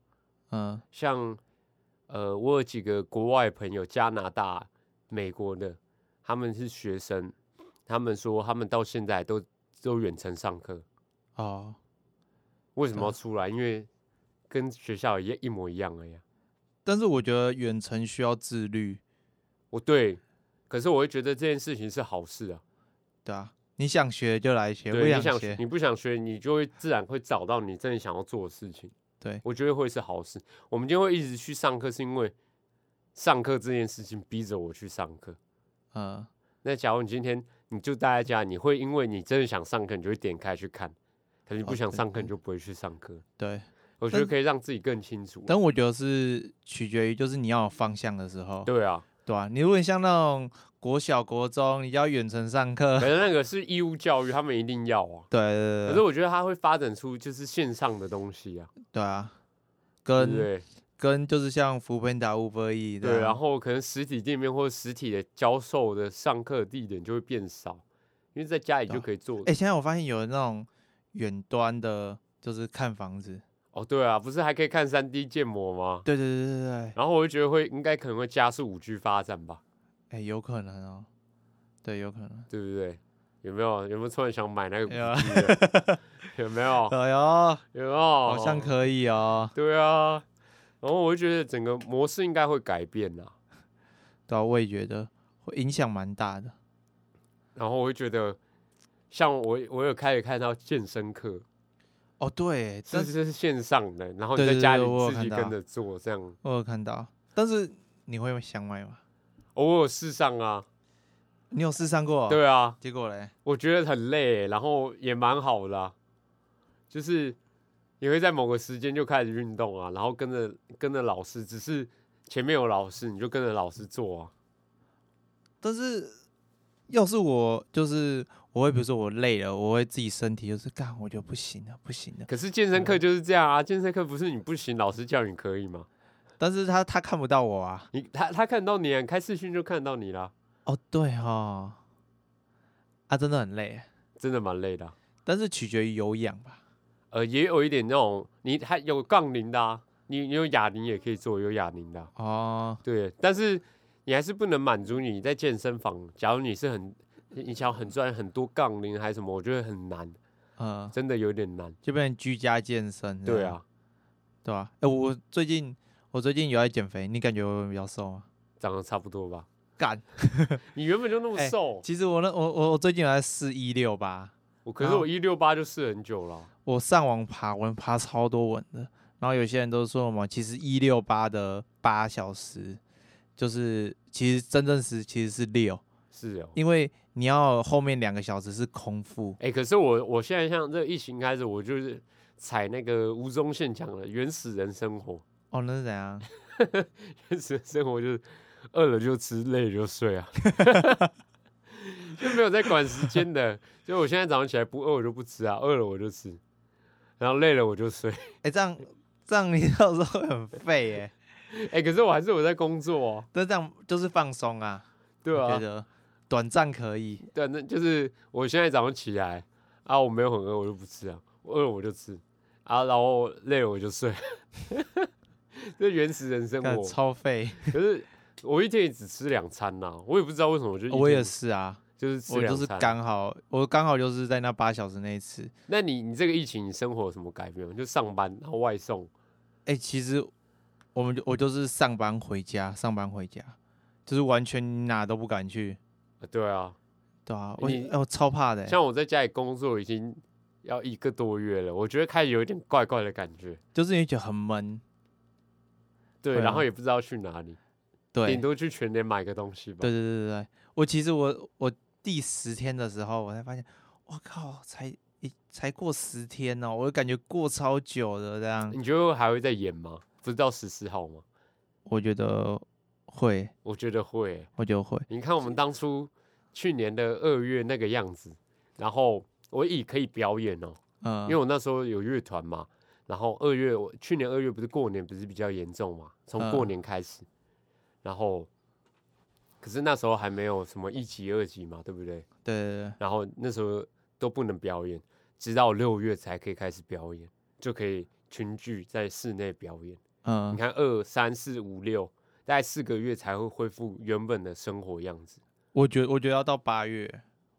S2: 嗯
S1: 像呃，我有几个国外朋友，加拿大、美国的，他们是学生，他们说他们到现在都都远程上课，
S2: 哦
S1: 为什么要出来？因为跟学校一一模一样而已、啊。
S2: 但是我觉得远程需要自律，
S1: 我哦对，可是我会觉得这件事情是好事啊。
S2: 对啊，你想学就来学，不
S1: 对，你想
S2: 学，
S1: 你不想学，你就会自然会找到你真的想要做的事情。
S2: 对
S1: 我觉得会是好事。我们今天会一直去上课，是因为上课这件事情逼着我去上课。
S2: 嗯，
S1: 那假如你今天你就待在家，你会因为你真的想上课，你就会点开去看；可是你
S2: 哦
S1: 不想
S2: 对
S1: 上课，你
S2: 对
S1: 就不会去上课。
S2: 对。
S1: 我觉得
S2: 但
S1: 可以让自己更清楚。
S2: 但我觉得是取决于就是你要有方向的时候，
S1: 对啊，
S2: 对啊，你如果你像那种国小、国中，你要远程上课，
S1: 可是那个是义务教育，他们一定要啊。
S2: 对
S1: 可
S2: 对
S1: 是
S2: 对
S1: 我觉得它会发展出就是线上的东西啊，
S2: 对啊，
S1: 对不
S2: 跟
S1: 对？
S2: 跟就是像福本达、乌波义
S1: 对，然后可能实体店面或者实体的教授的上课地点就会变少，因为在家里
S2: 对
S1: 就
S2: 啊
S1: 可以做。
S2: 哎、现在我发现有那种远端的，就是看房子，
S1: 哦，对啊，不是还可以看三 D 建模吗？
S2: 对对对对对，哎、
S1: 然后我就觉得会应该可能会加速五 G 发展吧，
S2: 有可能哦，对，有可能，
S1: 对不对？有没有？有没有突然想买那个
S2: 有啊
S1: 古迹的？ 有没有？
S2: 哎呦，
S1: 有没有？
S2: 好像可以哦。
S1: 对啊，然后我就觉得整个模式应该会改变啊啦。
S2: 对啊，我也觉得会影响蛮大的。
S1: 然后我会觉得，像我我有开始看到健身课，
S2: 哦，对，但
S1: 这
S2: 是
S1: 是线上的，然后
S2: 对
S1: 你在
S2: 对
S1: 家
S2: 对
S1: 里
S2: 我有
S1: 自己
S2: 看到啊
S1: 跟着做，这样
S2: 我有看到，但是你会想买吗？
S1: 偶尔试上啊。
S2: 你有试上过？，哦
S1: 对啊，
S2: 结果嘞，
S1: 我觉得很累，然后也蛮好的啊、就是也会在某个时间就开始运动啊，然后跟着跟着老师，只是前面有老师，你就跟着老师做啊。
S2: 但是要是我就是我会，比如说我累了，我会自己身体就是干，我就不行了，不行了。
S1: 可是健身课就是这样啊，健身课不是你不行，老师叫你可以吗？
S2: 但是他他看不到我啊。
S1: 你他他看到你啊，你开视讯就看到你啦，
S2: 哦，对哦，啊，真的很累，
S1: 真的蛮累的啊、
S2: 但是取决于有氧吧。
S1: 呃，也有一点那种，你还有杠铃的啊，你你有哑铃也可以做，有哑铃的啊、
S2: 哦，
S1: 对，但是你还是不能满足你在健身房。假如你是很，你你想要很赚很多杠铃还是什么，我觉得很难，
S2: 呃，
S1: 真的有点难。
S2: 就变成居家健身。
S1: 对，啊，
S2: 对啊。哎、我最近我最近有在减肥，你感觉我比较瘦吗？
S1: 长得差不多吧？
S2: 干，
S1: 你原本就那么
S2: 哎
S1: 瘦，
S2: 其实我那我我我最近有在试一六八，
S1: 我可是
S2: 好
S1: 我一六八就试很久了啊。
S2: 我上网爬文爬超多文的，然后有些人都说什么，其实一六八的八小时，就是其实真正时其实是六，
S1: 是哦。
S2: 因为你要后面两个小时是空腹。
S1: 哎、可是我我现在像这疫情开始，我就是踩那个吴宗宪讲的原始人生活，
S2: 哦，那是怎样？
S1: 现实生活就是饿了就吃，累了就睡 啊，就没有在管时间的。就我现在早上起来不饿我就不吃啊，饿了我就吃，然后累了我就睡。
S2: 哎、这样这样你 到时候会很废耶、
S1: 哎、可是我还是有在工作哦，
S2: 但这样就是放松啊，
S1: 对
S2: 我觉
S1: 啊，
S2: 得短暂可以。
S1: 对啊，那就是我现在早上起来啊，我没有很饿我就不吃啊，我饿了我就吃啊，然后累了我就睡。 这原始人生
S2: 干
S1: 活，
S2: 超废，
S1: 可是我一天也只吃两餐呐、我也不知道为什么我就一
S2: 我也
S1: 天
S2: 是啊，
S1: 就是吃
S2: 我
S1: 两
S2: 就
S1: 餐，
S2: 是刚好，我刚好就是在那八小时那一次。
S1: 那你你这个疫情，你生活有什么改变吗？就上班然后外送，
S2: 哎、其实我们就我就是上班回家，上班回家，就是完全哪都不敢去，
S1: 呃对啊，
S2: 对啊，我、
S1: 你
S2: 哎我超怕的欸、
S1: 像我在家里工作已经要一个多月了，我觉得开始有一点怪怪的感觉，
S2: 就是你会觉得很闷，
S1: 对，
S2: 对啊
S1: 然后也不知道去哪里，
S2: 对，
S1: 顶多去全年买个东西吧。
S2: 对对对对对，我其实我我第十天的时候，我才发现，我靠，才一才过十天哦，我就感觉过超久的这样。
S1: 你觉得还会再演吗？不是到十四号吗？
S2: 我觉得会，
S1: 我觉得会欸、
S2: 我觉得会，
S1: 你看我们当初去年的二月那个样子，然后我也可以表演哦、
S2: 嗯、
S1: 因为我那时候有乐团嘛，然后二月我去年二月不是过年不是比较严重嘛，从过
S2: 嗯
S1: 年开始，然后可是那时候还没有什么一级二级嘛，对不对？
S2: 对对对，
S1: 然后那时候都不能表演，直到六月才可以开始表演，就可以群聚在室内表演。
S2: 嗯、
S1: 你看二三四五六，大概四个月才会恢复原本的生活样子，
S2: 我觉得我觉得要到八月，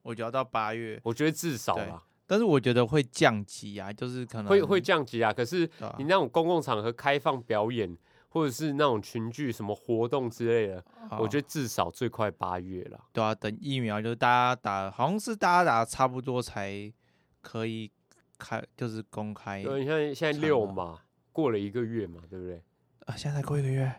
S2: 我觉得要到八月，
S1: 我觉得至少
S2: 对
S1: 啦
S2: 但是我觉得会降级啊，就是可能
S1: 会会降级啊。可是
S2: 对啊
S1: 你那种公共场合开放表演，或者是那种群聚什么活动之类的，我
S2: 哦
S1: 觉得至少最快八月了。
S2: 对啊，等疫苗就是大家打，好像是大家打差不多才可以开，就是公开。
S1: 对，你看现在
S2: 长
S1: 六
S2: 哎啊
S1: 嘛，过了一个月嘛，对不对？
S2: 啊，现在才过一个月，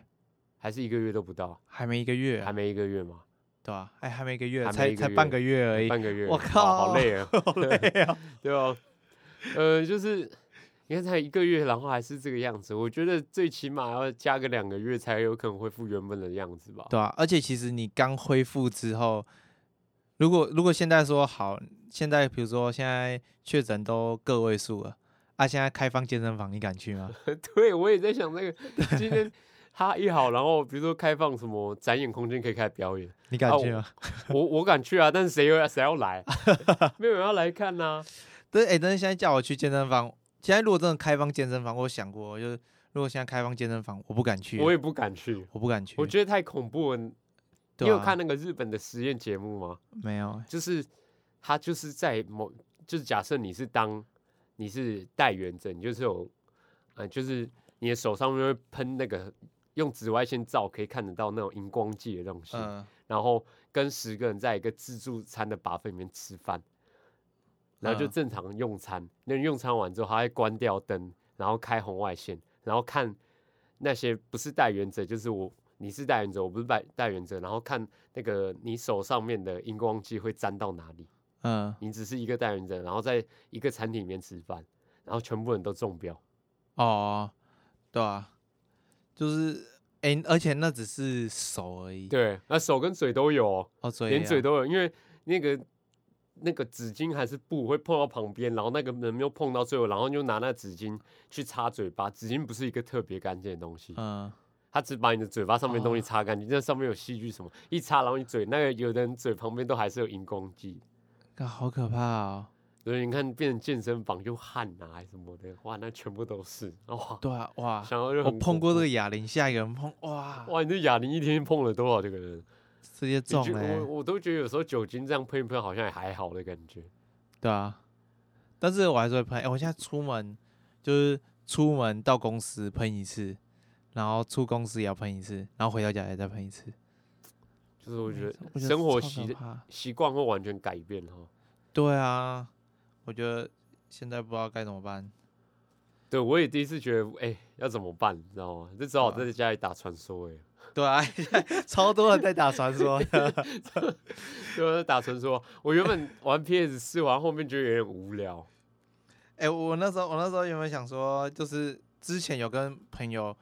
S1: 还是一个月都不到，
S2: 还没一个月啊、
S1: 还没一个月嘛，
S2: 对吧、哎，还没一个月，
S1: 还没
S2: 才
S1: 一个
S2: 才
S1: 月
S2: 半个月而已，
S1: 半个月。
S2: 我
S1: 哦好
S2: 靠，
S1: 累啊
S2: 好累啊！
S1: 对啊， 呃，就是你看才一个月，然后还是这个样子，我觉得最起码要加个两个月才有可能恢复原本的样子吧。
S2: 对啊，而且其实你刚恢复之后，如果如果现在说好，现在比如说现在确诊都个位数了，啊，现在开放健身房，你敢去吗？
S1: 对，我也在想 这个，今天他一好，然后比如说开放什么展演空间可以开表演，
S2: 你敢
S1: 啊
S2: 去
S1: 我
S2: 吗？
S1: 我我敢去啊，但是谁要谁要来， 没有人要来看啊呐、
S2: 但 是哎、但是现在叫我去健身房，现在如果真的开放健身房，我想过，就是如果现在开放健身房，我不敢去，
S1: 我
S2: 我
S1: 也不敢去，
S2: 不敢去。
S1: 我觉得太恐怖了。
S2: 对
S1: 你有
S2: 啊
S1: 看那个日本的实验节目吗？
S2: 没有欸？
S1: 就是他就是在某，就是假设你是当你是带原者，你就是有，呃，就是你的手上面会喷那个用紫外线照可以看得到那种荧光剂的东西，
S2: 嗯，
S1: 然后跟十个人在一个自助餐的 buffet 里面吃饭，然后就
S2: 嗯
S1: 正常用餐。那、用餐完之后，他会关掉灯，然后开红外线，然后看那些不是代言者，就是我，你是代言者，我不是代代言者，然后看那个你手上面的荧光剂会沾到哪里。
S2: 嗯，
S1: 你只是一个代言者，然后在一个餐厅里面吃饭，然后全部人都中标。
S2: 哦，对啊，就是哎、而且那只是手而已，，
S1: 对，那手跟嘴都有、哦。
S2: 哦，嘴、啊，
S1: 连嘴都有，因为那个那个纸巾还是布会碰到旁边，然后那个人又碰到最后，然后就拿那纸巾去擦嘴巴。纸巾不是一个特别干净的东西，
S2: 嗯，
S1: 它只把你的嘴巴上面的东西
S2: 哦
S1: 擦干净，那上面有细菌什么，一擦然后你嘴那个有的人嘴旁边都还是有荧光剂，
S2: 干好可怕哦，
S1: 所以你看变成健身房就汗啊还是什么的，哇，那全部都是 哇，
S2: 对啊，哇，
S1: 想到就
S2: 我
S1: 很
S2: 碰
S1: 恐
S2: 过这
S1: 怖
S2: 个哑铃，下一个人碰，哇，
S1: 哇，你这哑铃一天碰了多少这个人？
S2: 直接
S1: 你
S2: 中
S1: 觉
S2: 了、欸
S1: 我我都觉得有时候酒精这样喷一喷好像也还好的感觉。
S2: 对啊，但是我还是会喷。哎、我现在出门就是出门到公司喷一次，然后出公司也要喷一次，然后回到家也再喷一次。
S1: 就是我觉得
S2: 我
S1: 生活
S2: 超
S1: 习
S2: 可怕
S1: 习惯会完全改变哈。
S2: 对啊，我觉得现在不知道该怎么办。
S1: 对我也第一次觉得，哎、要怎么办，你知道吗？就只好
S2: 对啊
S1: 在家里打传说、 哎，
S2: 对啊， 超多人在打传说的
S1: 就是啊打传说。我原本玩 PS 四，玩后面觉得有点无聊，
S2: 哎、我那时候我那时候原本想说，就是之前有跟朋友。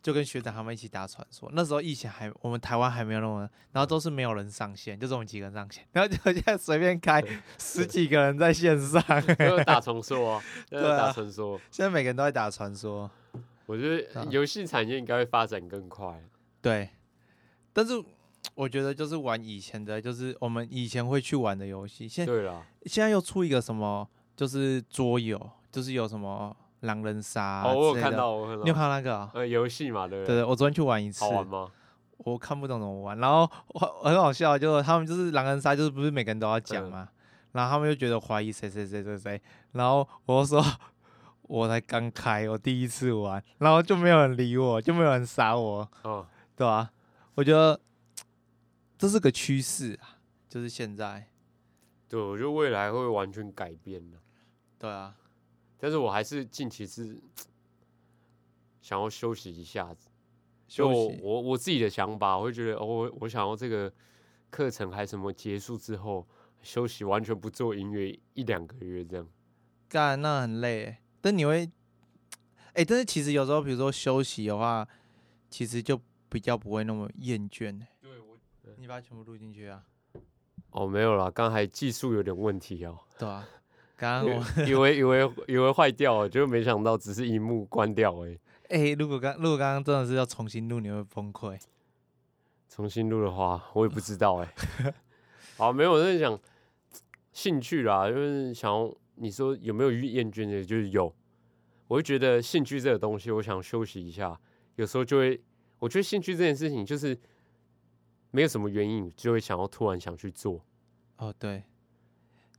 S2: 就跟学长他们一起打传说，那时候疫情还我们台湾还没有那么，然后都是没有人上线，就这种几个人上线，然后就现在随便开十几个人在线上，
S1: 就是打传说 啊，就是
S2: 对啊
S1: 打传说。
S2: 现在每个人都在打传说，
S1: 我觉
S2: 对
S1: 得
S2: 啊
S1: 游戏产业应该会发展更快。
S2: 对。但是我觉得就是玩以前的，就是我们以前会去玩的游戏，现
S1: 对啦，
S2: 现在又出一个什么，就是桌游，就是有什么狼人杀、
S1: 哦，我有看，到，我有
S2: 你有
S1: 看到，
S2: 看到那个、啊？
S1: 呃，游戏嘛，对不
S2: 对对，我昨天去玩一次
S1: 好，玩吗？
S2: 我看不懂怎么玩，然后我很好笑，就是他们就是狼人杀，就是不是每个人都要讲
S1: 嗯
S2: 嘛，然后他们就觉得怀疑谁谁谁谁谁，然后我就说 我才刚开，我第一次玩，然后就没有人理我，就没有人杀我，
S1: 哦，
S2: 对吧、我觉得这是个趋势啊，就是现在，
S1: 对，我觉得未来会完全改变的。
S2: 对啊，
S1: 但是我还是近期是想要休息一下子。就
S2: 休
S1: 我
S2: 息，
S1: 我我自己的想法，我会觉得，哦，我我想要这个课程还什么结束之后休息，完全不做音乐一两个月这样。
S2: 干那很累欸，但你会，哎、但是其实有时候，比如说休息的话，其实就比较不会那么厌倦欸
S1: 对我
S2: 你把它全部录进去啊。
S1: 哦没有啦，刚才技术有点问题哦，
S2: 对啊， 刚
S1: 以
S2: 刚我
S1: 以为以为以为坏掉了，就没想到只是荧幕关掉而已。
S2: 哎、如果刚如果刚刚真的是要重新录，你会崩溃。
S1: 重新录的话，我也不知道哎、 好，没有，我在想兴趣啦，就是想要你说有没有厌倦的，就是有。我会觉得兴趣这个东西，我想休息一下，有时候就会，我觉得兴趣这件事情就是没有什么原因，就会想要突然想去做。
S2: 哦，对，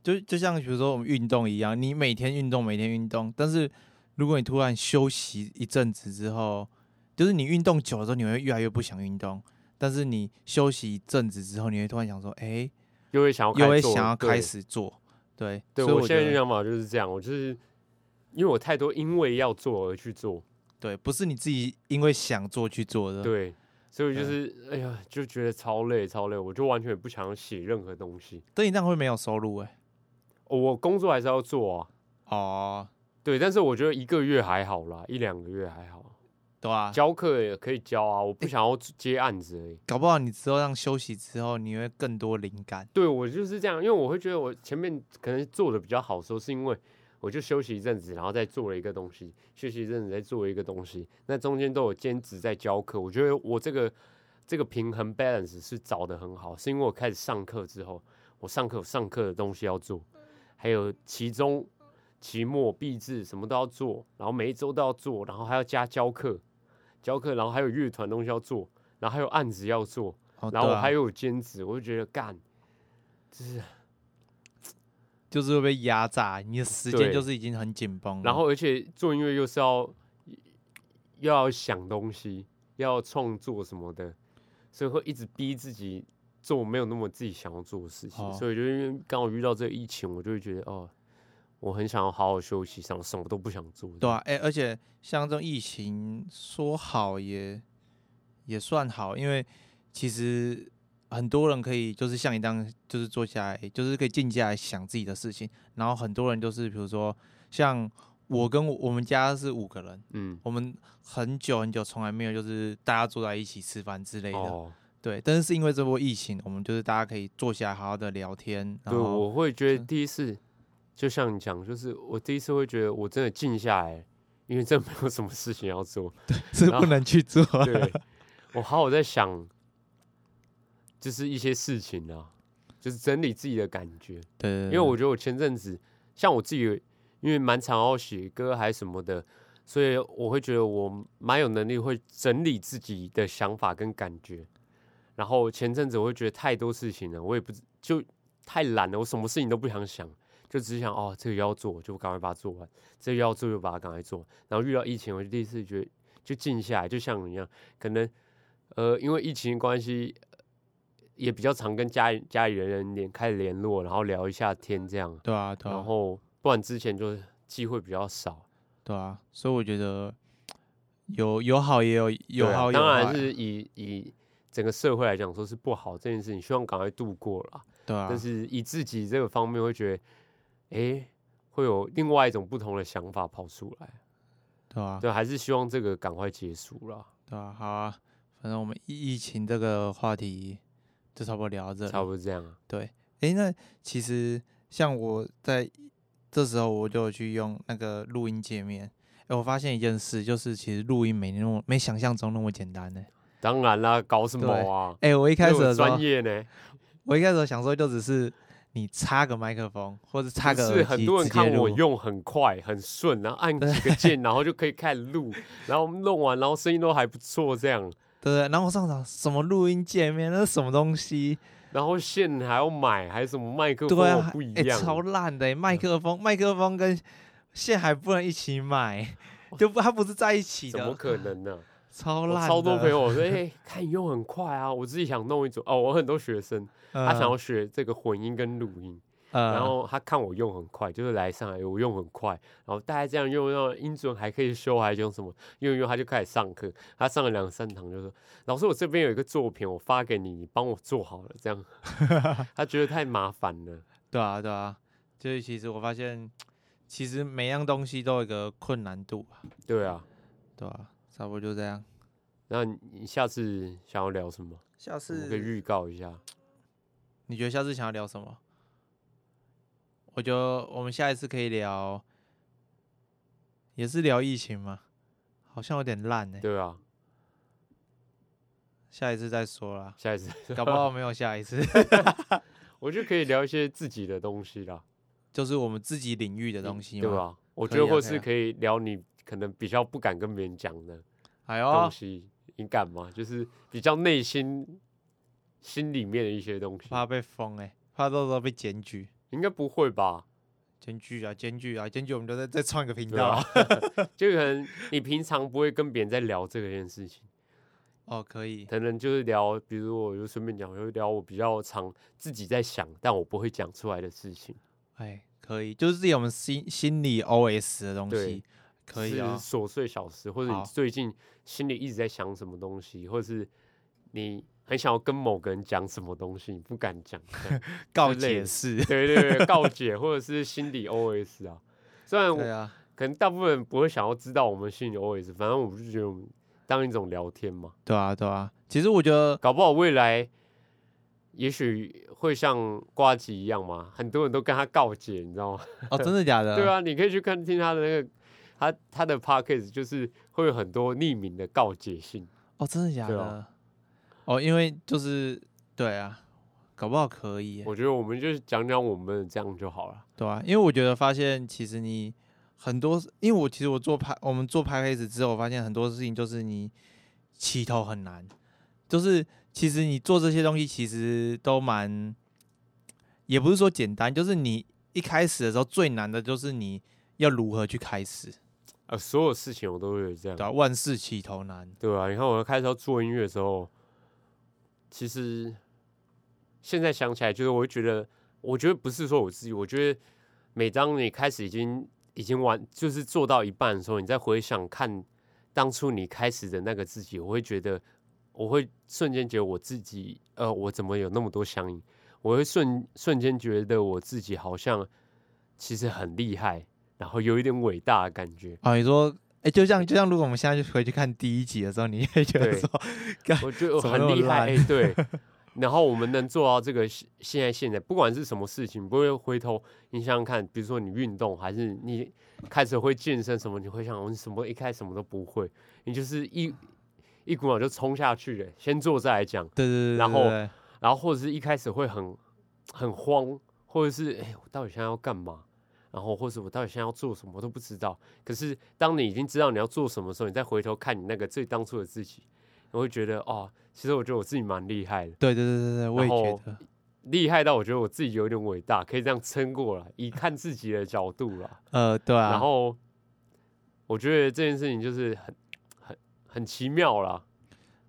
S2: 就就像比如说我们运动一样，你每天运动，每天运动，但是如果你突然休息一阵子之后，就是你运动久了之后，你会越来越不想运动。但是你休息一阵子之后，你会突然想说，哎、
S1: 又会想要开
S2: 又
S1: 始
S2: 会
S1: 做
S2: 想要
S1: 对
S2: 开始做。对，
S1: 对
S2: 所以
S1: 我
S2: 我
S1: 现在
S2: 觉
S1: 的
S2: 得
S1: 想法就是这样，我就是因为我太多因为要做而去做，
S2: 对，不是你自己因为想做去做的。
S1: 对，所以我就
S2: 嗯
S1: 是、哎呀，就觉得超累超累，我就完全不想要写任何东西。
S2: 但你这样会没有收入哎、
S1: 哦我工作还是要做啊，
S2: 哦，
S1: 对，但是我觉得一个月还好啦，一两个月还好，
S2: 对啊，
S1: 教课也可以教啊，我不想要接案子而已。
S2: 搞不好你之后让休息之后，你会更多灵感。
S1: 对我就是这样，因为我会觉得我前面可能做的比较好的时候，是因为我就休息一阵子，然后再做了一个东西，休息一阵子再做一个东西，那中间都有兼职在教课，我觉得我这个这个平衡 balance 是找的很好，是因为我开始上课之后，我上课有上课的东西要做，还有期中、期末、毕制什么都要做，然后每一周都要做，然后还要加教课，教课，然后还有乐团东西要做，然后还有案子要做，
S2: 哦
S1: 然后
S2: 对
S1: 我
S2: 啊
S1: 还有兼职，我就觉得干，就是
S2: 就是会被压榨，你的时间
S1: 对
S2: 就是已经很紧绷了。
S1: 然后而且做音乐又是要又要想东西，要创作什么的，所以会一直逼自己做没有那么自己想要做的事情。
S2: 哦
S1: 所以就因为刚好遇到这个疫情，我就会觉得哦，我很想要好好休息，想什么都不想做。
S2: 对啊，哎、而且像这种疫情，说好也也算好，因为其实很多人可以就是像你这样，就是坐下来，就是可以静下来想自己的事情。然后很多人就是比如说，像我跟我我们家是五个人，
S1: 嗯，
S2: 我们很久很久从来没有就是大家坐在一起吃饭之类的，
S1: 哦，
S2: 对。但是是因为这波疫情，我们就是大家可以坐下来好好的聊天，然
S1: 对，
S2: 后
S1: 我会觉
S2: 是
S1: 得第一次，就像你讲，就是我第一次会觉得我真的静下来，因为真的没有什么事情要做。
S2: 是
S1: 然后
S2: 不能去做。
S1: 对，我好好在想，就是一些事情啊，就是整理自己的感觉。
S2: 对，
S1: 因为我觉得我前阵子，像我自己，因为蛮常要写歌还什么的，所以我会觉得我蛮有能力会整理自己的想法跟感觉。然后前阵子我会觉得太多事情了，我也不知就太懒了，我什么事情都不想想，就只想哦这个要做就赶快把它做完，这个要做就把它赶快做完。然后遇到疫情，我就第一次觉得就静下来，就像你一样，可能呃因为疫情关系，也比较常跟家里家里的人联开始联络，然后聊一下天这样。
S2: 对啊，对啊
S1: 然。后不然之前就是机会比较少，
S2: 对啊，所以我觉得有有好也有有
S1: 对啊
S2: 好有
S1: 当
S2: 坏
S1: 然是以以整个社会来讲说是不好这件事情，希望赶快度过了。
S2: 对啊，
S1: 但是以自己这个方面会觉得，诶，会有另外一种不同的想法跑出来。
S2: 对啊，
S1: 对，还是希望这个赶快结束了，
S2: 对啊，好啊，反正我们疫疫情这个话题就差不多聊到这里。
S1: 差不多这样啊。
S2: 对，诶，那其实像我在这时候我就有去用那个录音界面，诶，我发现一件事，就是其实录音没那么没想象中那么简单呢、
S1: 当然啦，搞什么
S2: 对
S1: 啊？
S2: 诶，我一开
S1: 这
S2: 始
S1: 么
S2: 的时候
S1: 专，业呢，
S2: 我一开始想说就只是你插个麦克风或者插
S1: 但
S2: 个
S1: 是
S2: 耳
S1: 很
S2: 机
S1: 多人
S2: 直接
S1: 看我
S2: 录。
S1: 用很快很顺，然后按几个 键，然后就可以开始录，然后弄完，然后声音都还不错这样。
S2: 对对，然后我上场什么录音界面，那是什么东西？
S1: 然后线还要买，还有什么麦克风
S2: 对啊
S1: 不一，
S2: 哎、
S1: 样，嗯
S2: 超烂的、麦克风，麦克风跟线还不能一起买，就不，它不是在一起
S1: 怎么
S2: 的，
S1: 可能呢、
S2: 超
S1: 我
S2: 烂的。
S1: 超多朋友我说，哎、看你用很快啊，我自己想弄一组哦，我很多学生
S2: 嗯，
S1: 他想要学这个混音跟录音，
S2: 嗯，
S1: 然后他看我用很快，就是来上海我用很快，然后大家这样用用音准还可以修，还用什么用一用他就开始上课，他上了两三堂就说，老师我这边有一个作品，我发给你，你帮我做好了，这 样他觉得太麻烦了，
S2: 对啊，对啊，就是其实我发现，其实每样东西都有一个困难度吧，
S1: 对啊，
S2: 对啊，差不多就这样。
S1: 那你你下次想要聊什么？
S2: 下
S1: 我们可以
S2: 次
S1: 预告一下。
S2: 你觉得下次想要聊什么？我觉得我们下一次可以聊，也是聊疫情吗？好像有点烂呢、欸
S1: 对啊，，
S2: 下一次再说啦
S1: 下一 次
S2: 搞不好没有下一次，
S1: 我就可以聊一些自己的东西啦，
S2: 就是我们自己领域的东西嘛。
S1: 对吧？我
S2: 可
S1: 觉
S2: 以
S1: 得
S2: 啊
S1: 或
S2: 可以
S1: 是
S2: 啊
S1: 可以聊你可能比较不敢跟别人讲的
S2: 哎
S1: 东
S2: 呦，
S1: 西，你敢吗？就是比较内心心里面的一些东西，
S2: 怕被封哎、怕到时候被检举，
S1: 应该不会吧？
S2: 检举啊，检举啊，检举，我们就再再创一个频
S1: 对
S2: 道啊、
S1: 吧？ 就可能你平常不会跟别人在聊这个件事情，
S2: 哦，可以，
S1: 可能就是聊，比如我就顺便讲，我就聊我比较常自己在想，但我不会讲出来的事情，
S2: 哎，可以，就是自己我们心心理 OS 的东
S1: 对
S2: 西，可以
S1: 是
S2: 啊、
S1: 琐碎小事，或者
S2: 好
S1: 你最近心里一直在想什么东西，或者是你很想要跟某个人讲什么东西，你不敢讲， 这样
S2: 告
S1: 之类
S2: 解
S1: 的
S2: 释，
S1: 对对对，告解或者是心理 OS 啊。虽然
S2: 对
S1: 我
S2: 啊，
S1: 可能大部分人不会想要知道我们心里 OS，反正我们就觉得我们当一种聊天嘛，
S2: 对啊，对啊，其实我觉得
S1: 搞不好未来也许会像瓜吉一样嘛，很多人都跟他告解，你知道吗？
S2: 哦，真的假的？
S1: 对，啊，你可以去看听他的那个。他他的 podcast 就是会有很多匿名的告解信，
S2: 哦，真的假
S1: 对
S2: 的？
S1: 啊
S2: 哦，因为就是对啊，搞不好可以耶、
S1: 我觉得我们就是讲讲我们的这样就好了。
S2: 对啊，因为我觉得发现其实你很多，因为我其实我做拍，我们做拍 case 之后，我发现很多事情就是你起头很难，就是其实你做这些东西其实都蛮，也不是说简单，就是你一开始的时候最难的就是你要如何去开始，
S1: 呃，所有事情我都会这样
S2: 对吧、，啊万事起头难，
S1: 对啊，你看我开始要做音乐的时候，其实现在想起来，就是我会觉得，我觉得不是说我自己，我觉得每当你开始已经已经完，就是做到一半的时候，你再回想看当初你开始的那个自己，我会觉得，我会瞬间觉得我自己，呃，我怎么有那么多乡音？我会瞬瞬间觉得我自己好像其实很厉害，然后有一点伟大的感觉。
S2: 啊，你说，哎、就像就像如果我们现在就回去看第一集的时候，你会觉得
S1: 对
S2: 说，
S1: 我觉得我
S2: 怎么那
S1: 很
S2: 么
S1: 厉害，
S2: 烂
S1: 哎、对。然后我们能做到这个现现在现在，不管是什么事情，不会回头你想想看，比如说你运动，还是你开始会健身什么，你会想我什么一开始什么都不会，你就是一一股脑就冲下去了，先做再来讲。
S2: 对对对对，
S1: 然后
S2: 对对
S1: 然后或者是一开始会很很慌，或者是哎、诶我到底现在要干嘛？然后或者我到底现在要做什么我都不知道。可是当你已经知道你要做什么的时候，你再回头看你那个最当初的自己，你会觉得哦，其实我觉得我自己蛮厉害的，
S2: 对对对对对，我也觉
S1: 后
S2: 得，
S1: 厉害到我觉得我自己有点伟大，可以这样撑过来，以看自己的角度啦。
S2: 呃，对 啊，
S1: 然后我觉得这件事情就是很很很奇妙啦。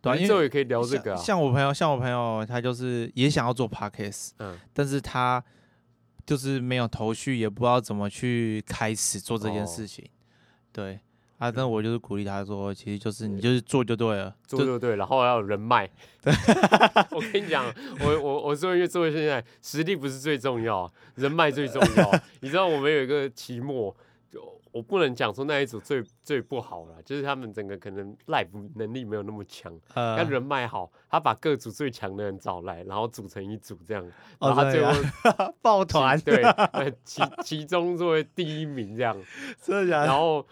S2: 对啊、
S1: 我们
S2: 因
S1: 之后
S2: 为
S1: 也可以聊这
S2: 像
S1: 个啊，
S2: 像我朋友，像我朋友，他就是也想要做 podcast，
S1: 嗯，
S2: 但是他就是没有头绪，也不知道怎么去开始做这件
S1: 哦嗯
S2: 事情。对啊，但我就是鼓励他说，其实就是你就是做就对了，
S1: 做
S2: 就
S1: 就对，然后要有人 脉。我跟你讲，我我我做音乐做到现在，实力不是最重要，人脉最重要。 你知道我们有一个期末，就我不能讲说那一组最最不好了，就是他们整个可能 live 能力没有那么强，
S2: 呃
S1: 但，人脉好，他把各组最强的人找来，然后组成一组这样，
S2: 哦
S1: 然后他
S2: 真
S1: 最
S2: 的
S1: 后
S2: 啊抱
S1: 其
S2: 团，
S1: 对，呃其 其中作为第一名这样。
S2: 真的假
S1: 然
S2: 的？
S1: 后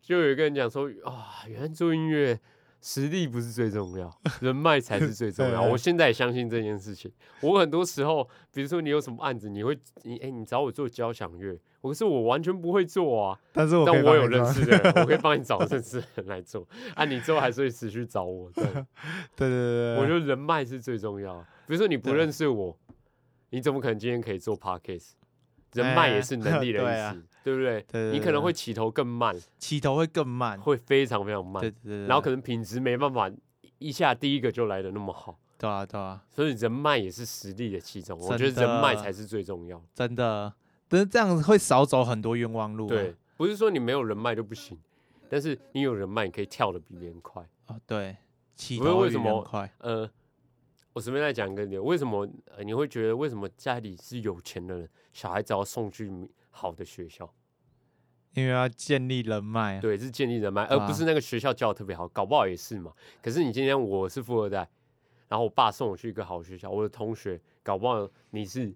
S1: 就有一个人讲说啊，原来做音乐实力不是最重 要，人脉才是最重要。
S2: 对
S1: 我现在也相信这件事情。我很多时候，比如说你有什么案子，你会你哎、你找我做交响乐，可是我完全不会做啊，
S2: 但是我可
S1: 但
S2: 以
S1: 我
S2: 帮
S1: 有
S2: 你
S1: 认
S2: 装
S1: 识的人，我可以帮你找认识的人来做。啊，你之后还是会持续找我，这样
S2: 对对 对对，
S1: 我觉
S2: 就
S1: 得人脉是最重要。比如说你不
S2: 对
S1: 认识我，你怎么可能今天可以做 podcast？人脉也
S2: 哎
S1: 是能力的意思，
S2: 对啊
S1: 对不对？
S2: 对对
S1: 你可
S2: 对
S1: 能会起头更慢，
S2: 起头会更慢。
S1: 会非常非常慢，
S2: 对对对，对
S1: 然后可能品质没办法一下第一个就来的那么好，
S2: 对啊对啊，
S1: 所以人脉也是实力的其中，我觉
S2: 真
S1: 得人脉
S2: 的
S1: 才是最重要。
S2: 真的，但是这样会少走很多冤枉路啊。
S1: 对，不是说你没有人脉就不行，但是你有人脉，你可以跳得比别人快。
S2: 啊，对，起
S1: 不是
S2: 头
S1: 为
S2: 会
S1: 什
S2: 比人
S1: 么
S2: 快。
S1: 呃，我随便再讲一个理由，为什么、呃、你会觉得为什么家里是有钱的人，小孩子要送去好的学校？
S2: 因为要建立人脉啊。
S1: 对，是建立人脉，
S2: 对
S1: 而
S2: 啊
S1: 不是那个学校教的特别好，搞不好也是嘛。可是你今天我是富二代，然后我爸送我去一个好学校，我的同学搞不好你是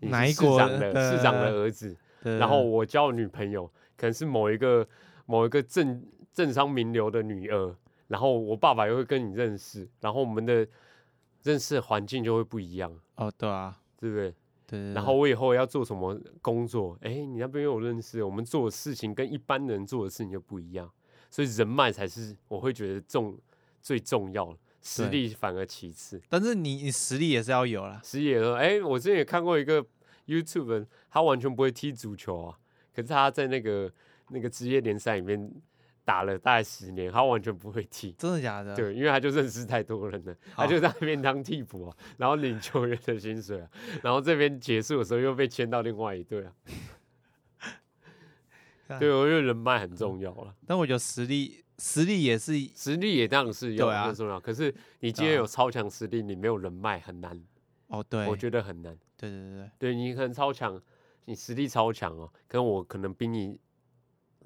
S1: 你是
S2: 哪一
S1: 市
S2: 国
S1: 长的市长的
S2: 的呃
S1: 儿子，
S2: 对，
S1: 然后我交女朋友可能是某一个某一个政政商名流的女儿，然后我爸爸又会跟你认识，然后我们的认识的环境就会不一样，
S2: 哦，对啊，
S1: 对不对？
S2: 对对。对
S1: 然后我以后要做什么工作？哎，你那边有认识，我们做的事情跟一般人做的事情就不一样，所以人脉才是我会觉得重最重要的，实
S2: 对
S1: 力反而其次。
S2: 但是你你实力也是要有啦。
S1: 实力也说，哎，我之前也看过一个 YouTube，人他完全不会踢足球啊，可是他在那个那个职业联赛里面打了大概十年，他完全不会踢。
S2: 真的假的？
S1: 对，因为他就认识太多人了，他
S2: 嗯哦
S1: 就在那边当替补啊，然后领球员的薪水啊，然后这边结束的时候又被签到另外一 队啊。
S2: 干
S1: 对，我觉得人脉很重要了，
S2: 但我觉得实力实力也是
S1: 实力也当然是要
S2: 对啊
S1: 很重要。可是你今天有超强实力，你没有人脉很难，
S2: 哦，对，
S1: 我觉得很难。
S2: 对对对对，
S1: 对你可能超强，你实力超强哦，可能我可能比你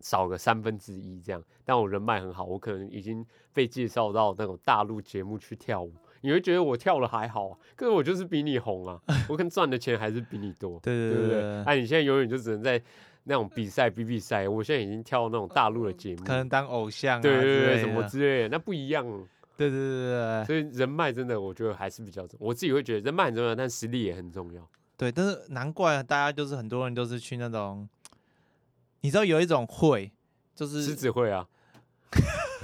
S1: 少个三分之一这样，但我人脉很好，我可能已经被介绍到那种大陆节目去跳舞，你会觉得我跳的还好啊，可是我就是比你红啊，我可能赚的钱还是比你多，
S2: 对对
S1: 对不对
S2: 对对？
S1: 哎、你现在永远就只能在那种比赛比比赛，我现在已经跳那种大陆的节目
S2: 可
S1: 了，
S2: 能当偶像啊
S1: 对对
S2: 之
S1: 对，
S2: 类
S1: 什么
S2: 的
S1: 之类的，那不一样。啊
S2: 对对对对对
S1: 所以人脉真的，我觉得还是比较重，我自己会觉得人脉很重要，但实力也很重要。
S2: 对，但是难怪大家就是很多人都是去那种，你知道有一种会，就是
S1: 狮子会啊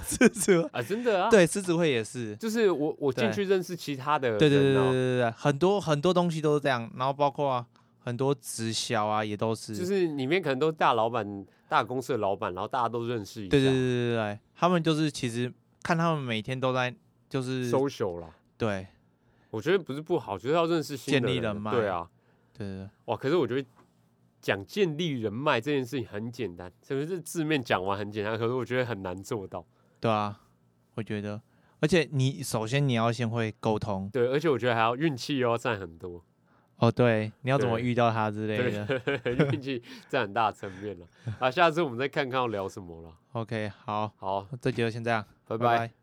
S2: 狮子会，
S1: 啊，真的啊，
S2: 对狮子会也是，
S1: 就是我我进
S2: 对
S1: 去认识其他的人、啊，
S2: 对对对对对对，很多很多东西都是这样，然后包括很多直销啊，也都是，
S1: 就是里面可能都是大老板、大公司的老板，然后大家都认识一下，
S2: 对对对对对对，他们就是其实看他们每天都在就是
S1: ，social 啦。
S2: 对
S1: 我觉得不是不好，就是要认识新的
S2: 建立
S1: 人
S2: 人脉
S1: 对啊，
S2: 对对对，
S1: 哇！可是我觉得讲建立人脉这件事情很简单，是不是字面讲完很简单？可是我觉得很难做到。
S2: 对啊，我觉得，而且你首先你要先会沟通
S1: 对，而且我觉得还要运气又要占很多，
S2: 哦，对，你要怎么
S1: 对
S2: 遇到他之类
S1: 对
S2: 的。，
S1: 运气占很大层面了。啊，下次我们再看看要聊什么了。
S2: OK，好，
S1: 好，
S2: 这集就先这样，
S1: 拜
S2: 拜
S1: 拜。
S2: 拜